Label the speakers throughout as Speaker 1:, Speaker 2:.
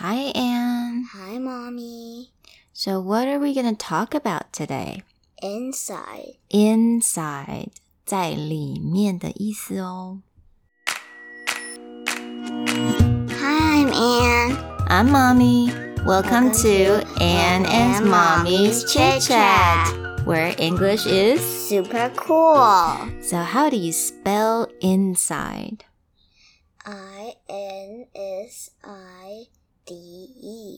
Speaker 1: Hi, Anne.
Speaker 2: Hi, Mommy.
Speaker 1: So, what are we going to talk about today?
Speaker 2: Inside.
Speaker 1: Inside，在里面的意思哦。
Speaker 2: Hi, I'm Anne.
Speaker 1: I'm mommy. Welcome
Speaker 2: Welcome
Speaker 1: to
Speaker 2: to
Speaker 1: Anne and
Speaker 2: Anne and
Speaker 1: Mommy's
Speaker 2: Mommy's
Speaker 1: Chit
Speaker 2: Chit
Speaker 1: Chat,
Speaker 2: Chat.
Speaker 1: where English is.
Speaker 2: Super cool.
Speaker 1: So, how do you spell inside?
Speaker 2: I N S I D E.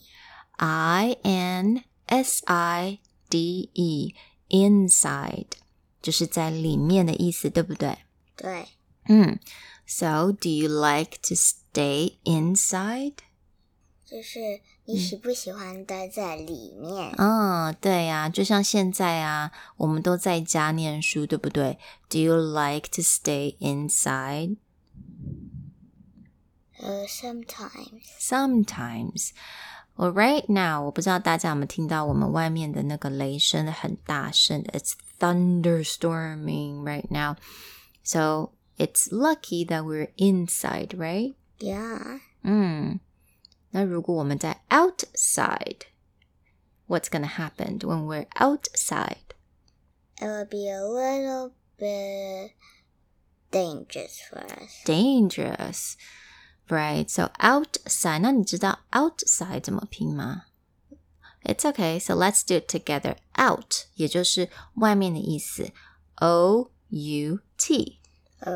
Speaker 1: I N S I D E inside，就是在里面的意思，对不对？
Speaker 2: 对。
Speaker 1: 嗯，So do you like to stay inside？
Speaker 2: 就是你喜不喜欢待在里面？
Speaker 1: 嗯，对呀、就像现在啊，我们都在家念书，对不对？Do you like to stay inside
Speaker 2: 呃、s o m e t i m e s
Speaker 1: sometimes? Or right now，我不知道大家有没有听到我们外面的那个雷声很大声，It's thunderstorming right now. So it's lucky that we're inside, right?
Speaker 2: Yeah.
Speaker 1: 嗯，那如果我们在 outside, what's gonna happen when we're outside?
Speaker 2: It will be a little bit dangerous for us.
Speaker 1: Dangerous, right? So outside，那你知道 outside 怎么拼吗？It's okay. So let's do it together. Out 也就是外面的意思，o u t.
Speaker 2: O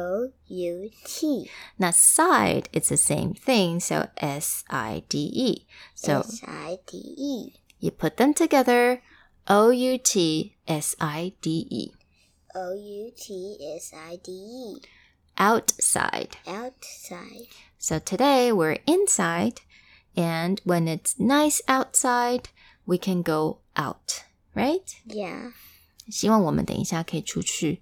Speaker 2: U T
Speaker 1: 那 side it's the same thing. So s i d e. So
Speaker 2: S I D E
Speaker 1: You put them together. O U T S I D E.
Speaker 2: O U T S I D E
Speaker 1: Outside.
Speaker 2: outside.
Speaker 1: So today we're inside, and when it's nice outside, we can go out, right?
Speaker 2: Yeah.
Speaker 1: 希望我们等一下可以出去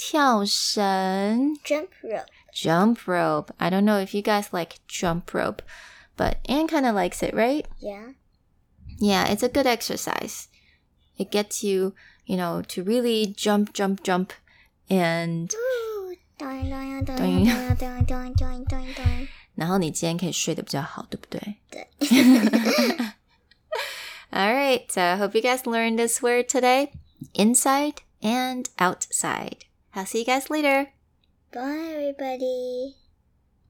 Speaker 1: 跳绳
Speaker 2: Jump rope.
Speaker 1: jump rope. I don't know if you guys like jump rope, but Anne kind of likes it, right?
Speaker 2: Yeah.
Speaker 1: Yeah, it's a good exercise. It gets you, you know, to really jump, jump, jump, and 然后你今天可以睡得比较好，对不对？All right, so I hope you guys learned this word today inside and outside. I'll see you guys later.
Speaker 2: Bye, everybody.